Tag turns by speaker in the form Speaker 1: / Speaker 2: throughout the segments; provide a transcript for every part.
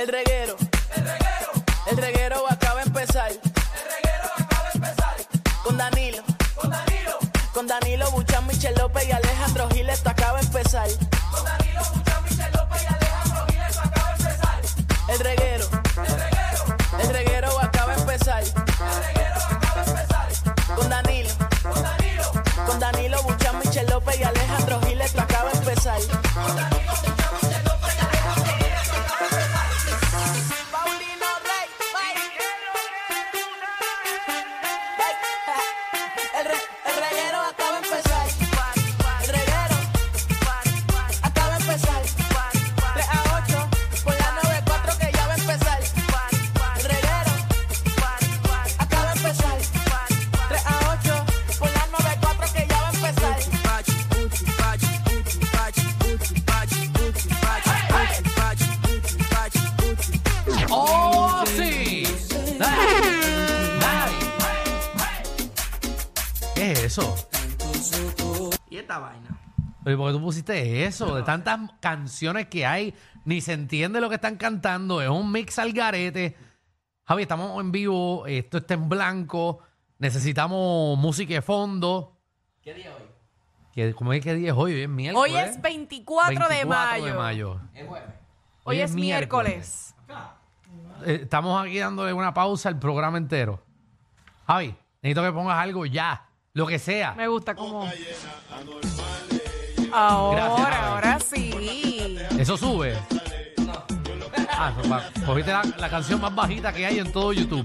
Speaker 1: El reguero. El reguero. El reguero acaba de empezar. El reguero acaba de empezar. Con Danilo. Con Danilo. Con Danilo Buchan, Michel López y Alejandro Giles, esto acaba de empezar. Con Danilo Buchan, Michel López y Alejandro Giles, esto acaba de empezar. El reguero. El reguero. El reguero acaba de empezar. El reguero acaba de empezar. Con Danilo. Con Danilo. Con Danilo Buchan, Michel López y Alejandro Giles, esto acaba de empezar. Paulino Rey, El, re, el reguero acaba de empezar. El reguero acaba de empezar. 3 a 8 por la 94 que ya va a empezar. El reguero acaba de empezar. 3 a 8 por la 94 que ya va a empezar.
Speaker 2: ¡Oh, sí! Dale, dale. ¿Qué es eso?
Speaker 3: Y esta vaina.
Speaker 2: Oye, ¿Por qué tú pusiste eso? De tantas canciones que hay, ni se entiende lo que están cantando. Es un mix al garete. Javi, estamos en vivo. Esto está en blanco. Necesitamos música de fondo.
Speaker 3: ¿Qué día hoy?
Speaker 2: Que, ¿Cómo es que día es hoy? Hoy es
Speaker 4: Hoy
Speaker 2: miércoles.
Speaker 4: es 24, de
Speaker 2: 24
Speaker 4: mayo.
Speaker 2: de mayo.
Speaker 3: Es jueves.
Speaker 4: Hoy, es miércoles.
Speaker 2: Eh, estamos aquí dándole una pausa al programa entero. Javi, necesito que pongas algo ya, lo que sea.
Speaker 4: Me gusta como. Ahora,
Speaker 2: Gracias, Javi.
Speaker 4: ahora sí.
Speaker 2: Eso sube. Ah, eso va. cogiste la, la canción más bajita que hay en todo YouTube.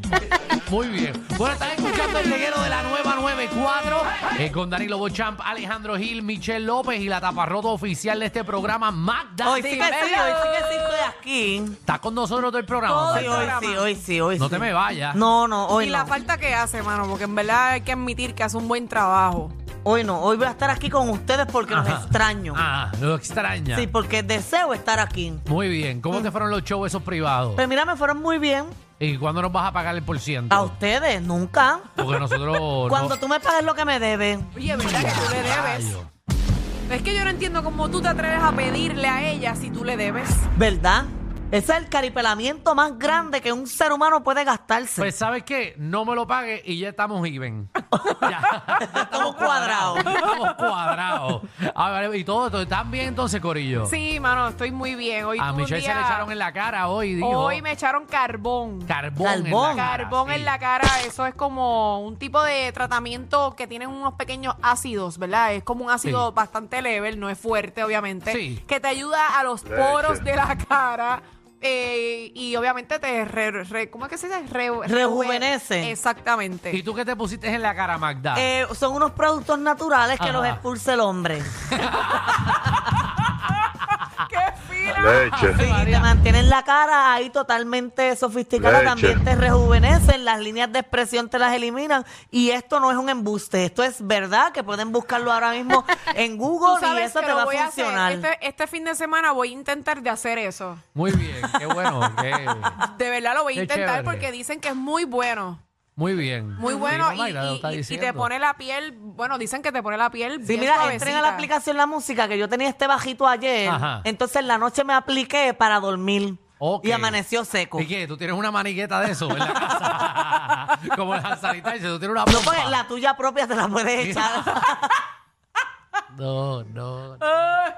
Speaker 2: Muy bien. Bueno, están escuchando el reguero de la nueva 94 eh, con Danilo Bochamp, Alejandro Gil, Michelle López y la taparrota oficial de este programa, Magda.
Speaker 5: Hoy sí que sí, hoy sí que sí estoy aquí.
Speaker 2: Está con nosotros todo el programa.
Speaker 4: Todo
Speaker 5: Hoy,
Speaker 2: Magda.
Speaker 5: hoy sí, hoy sí, hoy
Speaker 2: No
Speaker 5: sí.
Speaker 2: te me vayas.
Speaker 5: No, no, hoy
Speaker 4: y
Speaker 5: no.
Speaker 4: la falta que hace, mano, porque en verdad hay que admitir que hace un buen trabajo.
Speaker 5: Hoy no, hoy voy a estar aquí con ustedes porque los
Speaker 2: Ajá.
Speaker 5: extraño.
Speaker 2: Ah, lo extraña.
Speaker 5: Sí, Mm. porque deseo estar aquí.
Speaker 2: Muy bien. ¿Cómo te fueron los shows esos privados?
Speaker 5: Pero mira, me fueron muy bien.
Speaker 2: ¿Y cuándo nos vas a pagar el por ciento?
Speaker 5: A ustedes, nunca.
Speaker 2: Porque nosotros. no-
Speaker 5: Cuando tú me pagues lo que me debes.
Speaker 4: Oye, ¿verdad que tú le debes?
Speaker 2: Rayo.
Speaker 4: Es que yo no entiendo cómo tú te atreves a pedirle a ella si tú le debes.
Speaker 5: ¿Verdad? Ese es el caripelamiento más grande que un ser humano puede gastarse.
Speaker 2: Pues, ¿sabes qué? No me lo pague y ya estamos even. ya.
Speaker 5: estamos cuadrados.
Speaker 2: Estamos cuadrados. A ver, y todo, todo. ¿Están bien entonces, Corillo?
Speaker 4: Sí, mano, estoy muy bien. Hoy
Speaker 2: A
Speaker 4: tuve un
Speaker 2: Michelle se
Speaker 4: día-
Speaker 2: le echaron en la cara hoy, dijo.
Speaker 4: Hoy me echaron carbón.
Speaker 2: Carbón. En
Speaker 5: Carbón.
Speaker 2: la cara,
Speaker 4: Carbón
Speaker 2: sí.
Speaker 4: en la cara, eso es como un tipo de tratamiento que tienen unos pequeños ácidos, ¿verdad? Es como un ácido
Speaker 2: Sí.
Speaker 4: bastante leve, no es fuerte, obviamente,
Speaker 2: Sí.
Speaker 4: que te ayuda a los poros de la cara. eh, y obviamente te re- re- ¿cómo es que se dice? Re-
Speaker 5: Rejuvenece.
Speaker 2: ¿Y
Speaker 4: Exactamente.
Speaker 2: tú qué te pusiste en la cara, Magda?
Speaker 5: Eh, son unos productos naturales que
Speaker 2: Ajá.
Speaker 5: los expulsa el hombre.
Speaker 4: ¡Qué
Speaker 5: Ah.
Speaker 4: fina!
Speaker 6: Leche.
Speaker 5: Sí, te mantienen la cara ahí totalmente sofisticada,
Speaker 6: Leche.
Speaker 5: también te rejuvenecen, las líneas de expresión te las eliminan y esto no es un embuste, esto es verdad que pueden buscarlo ahora mismo en
Speaker 4: Tú
Speaker 5: Google y
Speaker 4: sabes
Speaker 5: eso
Speaker 4: que
Speaker 5: te
Speaker 4: lo
Speaker 5: va
Speaker 4: voy
Speaker 5: a
Speaker 4: hacer.
Speaker 5: funcionar.
Speaker 4: Este, este fin de semana voy a intentar de hacer eso.
Speaker 2: Muy bien, qué bueno. qué-
Speaker 5: Ah.
Speaker 4: De verdad lo voy a
Speaker 2: Qué
Speaker 4: intentar
Speaker 2: chévere.
Speaker 4: porque dicen que es muy bueno.
Speaker 2: Muy bien.
Speaker 4: Muy
Speaker 2: Sí,
Speaker 4: bueno
Speaker 2: no, Magda, lo
Speaker 4: y-
Speaker 2: está
Speaker 4: y, y
Speaker 2: diciendo.
Speaker 4: te pone la piel, bueno, dicen que te pone la piel
Speaker 5: Sí,
Speaker 4: bien
Speaker 5: mira, entren
Speaker 4: suavecita.
Speaker 5: a la aplicación La Música, que yo tenía este bajito ayer,
Speaker 2: Ajá.
Speaker 5: entonces en la noche me apliqué para dormir
Speaker 2: Ok.
Speaker 5: y amaneció seco.
Speaker 2: ¿Y qué? ¿Tú tienes una maniqueta de eso en la casa? Como la sanitaria, tú tienes una
Speaker 5: No,
Speaker 2: pompa.
Speaker 5: pues la tuya propia te la puedes echar.
Speaker 2: No, no. no.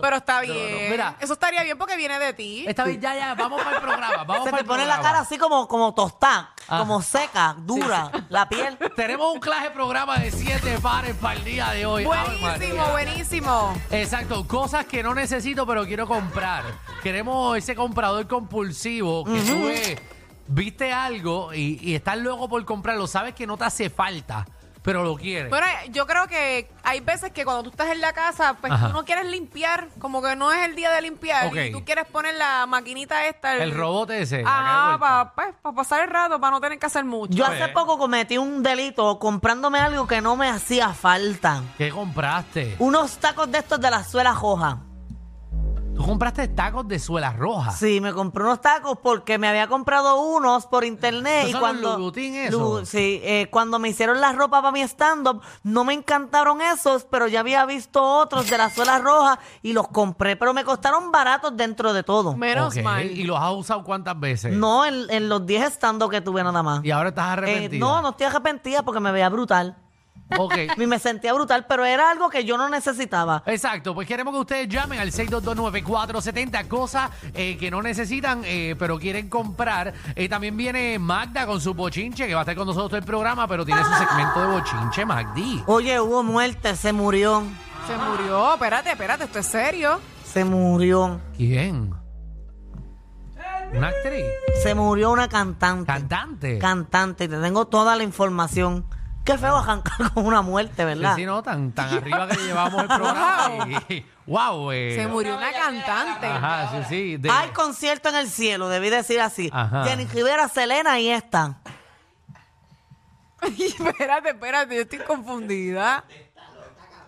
Speaker 4: Pero
Speaker 2: No,
Speaker 4: está
Speaker 2: no,
Speaker 4: bien.
Speaker 2: mira.
Speaker 4: Eso estaría bien porque viene de ti.
Speaker 2: Esta vez ya, ya, vamos para el programa. Vamos
Speaker 5: Se
Speaker 2: para
Speaker 5: te
Speaker 2: el
Speaker 5: pone la
Speaker 2: programa.
Speaker 5: cara así como, como tostada,
Speaker 2: Ah.
Speaker 5: como seca, dura, la piel.
Speaker 2: Tenemos un clase programa de siete pares para el día de hoy. Ave
Speaker 4: Buenísimo,
Speaker 2: María.
Speaker 4: buenísimo.
Speaker 2: Exacto, cosas que no necesito pero quiero comprar. Queremos ese comprador compulsivo que sube, viste algo y, y estás luego por comprarlo, sabes que no te hace falta, pero lo quieres.
Speaker 4: Bueno, yo creo que hay veces que cuando tú estás en la casa, pues
Speaker 2: Ajá.
Speaker 4: tú no quieres limpiar, como que no es el día de limpiar.
Speaker 2: Ok.
Speaker 4: Y tú quieres poner la maquinita esta. Ah,
Speaker 2: el Ah, robot ese. la cara
Speaker 4: Ajá,
Speaker 2: vuelta.
Speaker 4: para pues, pasar el rato, para no tener que hacer mucho.
Speaker 5: Yo
Speaker 2: Pues-
Speaker 5: hace poco cometí un delito comprándome algo que no me hacía falta.
Speaker 2: ¿Qué compraste?
Speaker 5: Unos tacos de estos de la suela roja.
Speaker 2: Tú compraste tacos de suelas rojas.
Speaker 5: Sí, me compré unos tacos porque me había comprado unos por internet
Speaker 2: ¿Esos
Speaker 5: y
Speaker 2: son
Speaker 5: cuando
Speaker 2: los Louboutin esos?
Speaker 5: Lu- sí, eh, cuando me hicieron la ropa para mi stand up no me encantaron esos, pero ya había visto otros de la suela roja y los compré, pero me costaron baratos dentro de todo.
Speaker 4: Menos
Speaker 2: Ok,
Speaker 4: mal.
Speaker 2: ¿Y los has usado cuántas veces?
Speaker 5: No en, en los 10 stand up que tuve nada más.
Speaker 2: Y ahora estás
Speaker 5: Eh,
Speaker 2: arrepentido.
Speaker 5: no, no estoy arrepentida porque me veía brutal.
Speaker 2: Ok.
Speaker 5: Y me sentía brutal, pero era algo que yo no necesitaba.
Speaker 2: Exacto, pues queremos que ustedes llamen al 6229470, cosas eh, que no necesitan, eh, pero quieren comprar. Eh, también viene Magda con su bochinche, que va a estar con nosotros todo el programa, pero tiene su segmento de bochinche, Magdi.
Speaker 5: Oye, hubo muerte, se murió,
Speaker 4: Se murió. Espérate, espérate, esto es serio.
Speaker 5: se murió,
Speaker 2: ¿Quién? ¿Una actriz?
Speaker 5: se murió una cantante.
Speaker 2: ¿Cantante?
Speaker 5: Cantante, te tengo toda la información. Qué feo arrancar con una muerte, ¿verdad?
Speaker 2: Sí, sí, no, tan, tan arriba que llevamos el programa. y- wow, eh.
Speaker 4: Se murió una cantante.
Speaker 2: Ajá, sí, sí. de-
Speaker 5: Hay concierto en el cielo, debí decir así.
Speaker 2: Ajá.
Speaker 5: Jenny Rivera, Selena y esta.
Speaker 4: espérate, espérate, yo estoy confundida.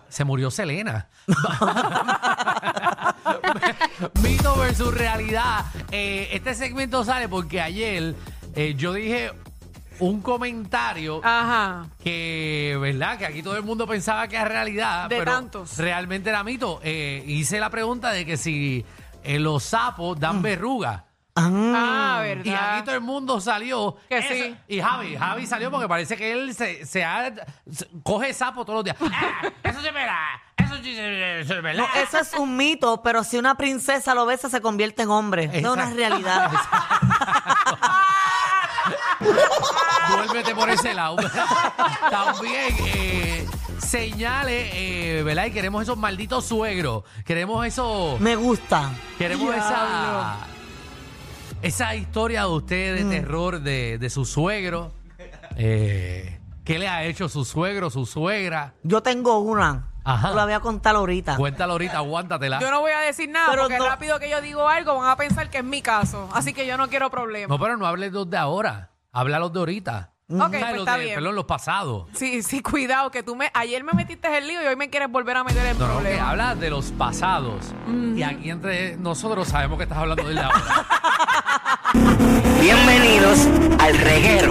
Speaker 2: Se murió Selena. Mito versus realidad. Eh, este segmento sale porque ayer eh, yo dije un comentario
Speaker 4: Ah. Ajá.
Speaker 2: que, ¿verdad? Que aquí todo el mundo pensaba que era realidad.
Speaker 4: De
Speaker 2: pero
Speaker 4: tantos.
Speaker 2: Realmente era mito. Eh, hice la pregunta de que si eh, los sapos
Speaker 4: Mm.
Speaker 2: dan verrugas.
Speaker 4: Ah,
Speaker 2: Mm. Y aquí todo
Speaker 4: verdad.
Speaker 2: el mundo salió.
Speaker 4: Que sí.
Speaker 2: Y Javi, Javi salió porque parece que él se, se ha- se- coge sapo todos los días. ¡Ah! Eso sí es verdad. Eso sí es verdad.
Speaker 5: No, eso es un mito, pero si una princesa lo besa, se convierte en hombre. No
Speaker 2: Exacto.
Speaker 5: es una realidad.
Speaker 2: Vuélvete por ese lado. También eh, señales, eh, ¿verdad? Y queremos esos malditos suegros. Queremos eso.
Speaker 5: Me gusta.
Speaker 2: Queremos esa. Esa historia de usted de
Speaker 4: Mm.
Speaker 2: terror de, de su suegro. Eh, ¿Qué le ha hecho su suegro, su suegra?
Speaker 5: Yo tengo una.
Speaker 2: Ajá.
Speaker 5: Te La voy a contar ahorita.
Speaker 2: Cuéntalo ahorita, aguántatela.
Speaker 4: Ah. Yo no voy a decir nada
Speaker 5: Pero
Speaker 4: porque
Speaker 5: no-
Speaker 4: rápido que yo digo algo van a pensar que es mi caso. Así que yo no quiero problemas.
Speaker 2: No, pero no hables los de ahora. Habla los de ahorita.
Speaker 4: Ok,
Speaker 2: Ay,
Speaker 4: pues
Speaker 2: los
Speaker 4: está
Speaker 2: de-
Speaker 4: bien.
Speaker 2: Perdón, los pasados.
Speaker 4: Sí, sí, cuidado, que tú me. Ayer me metiste el lío y hoy me quieres volver a meter en
Speaker 2: No, no, que
Speaker 4: problemas.
Speaker 2: habla de los pasados. Y aquí entre nosotros sabemos que estás hablando de la hora.
Speaker 6: Bienvenidos al reguero.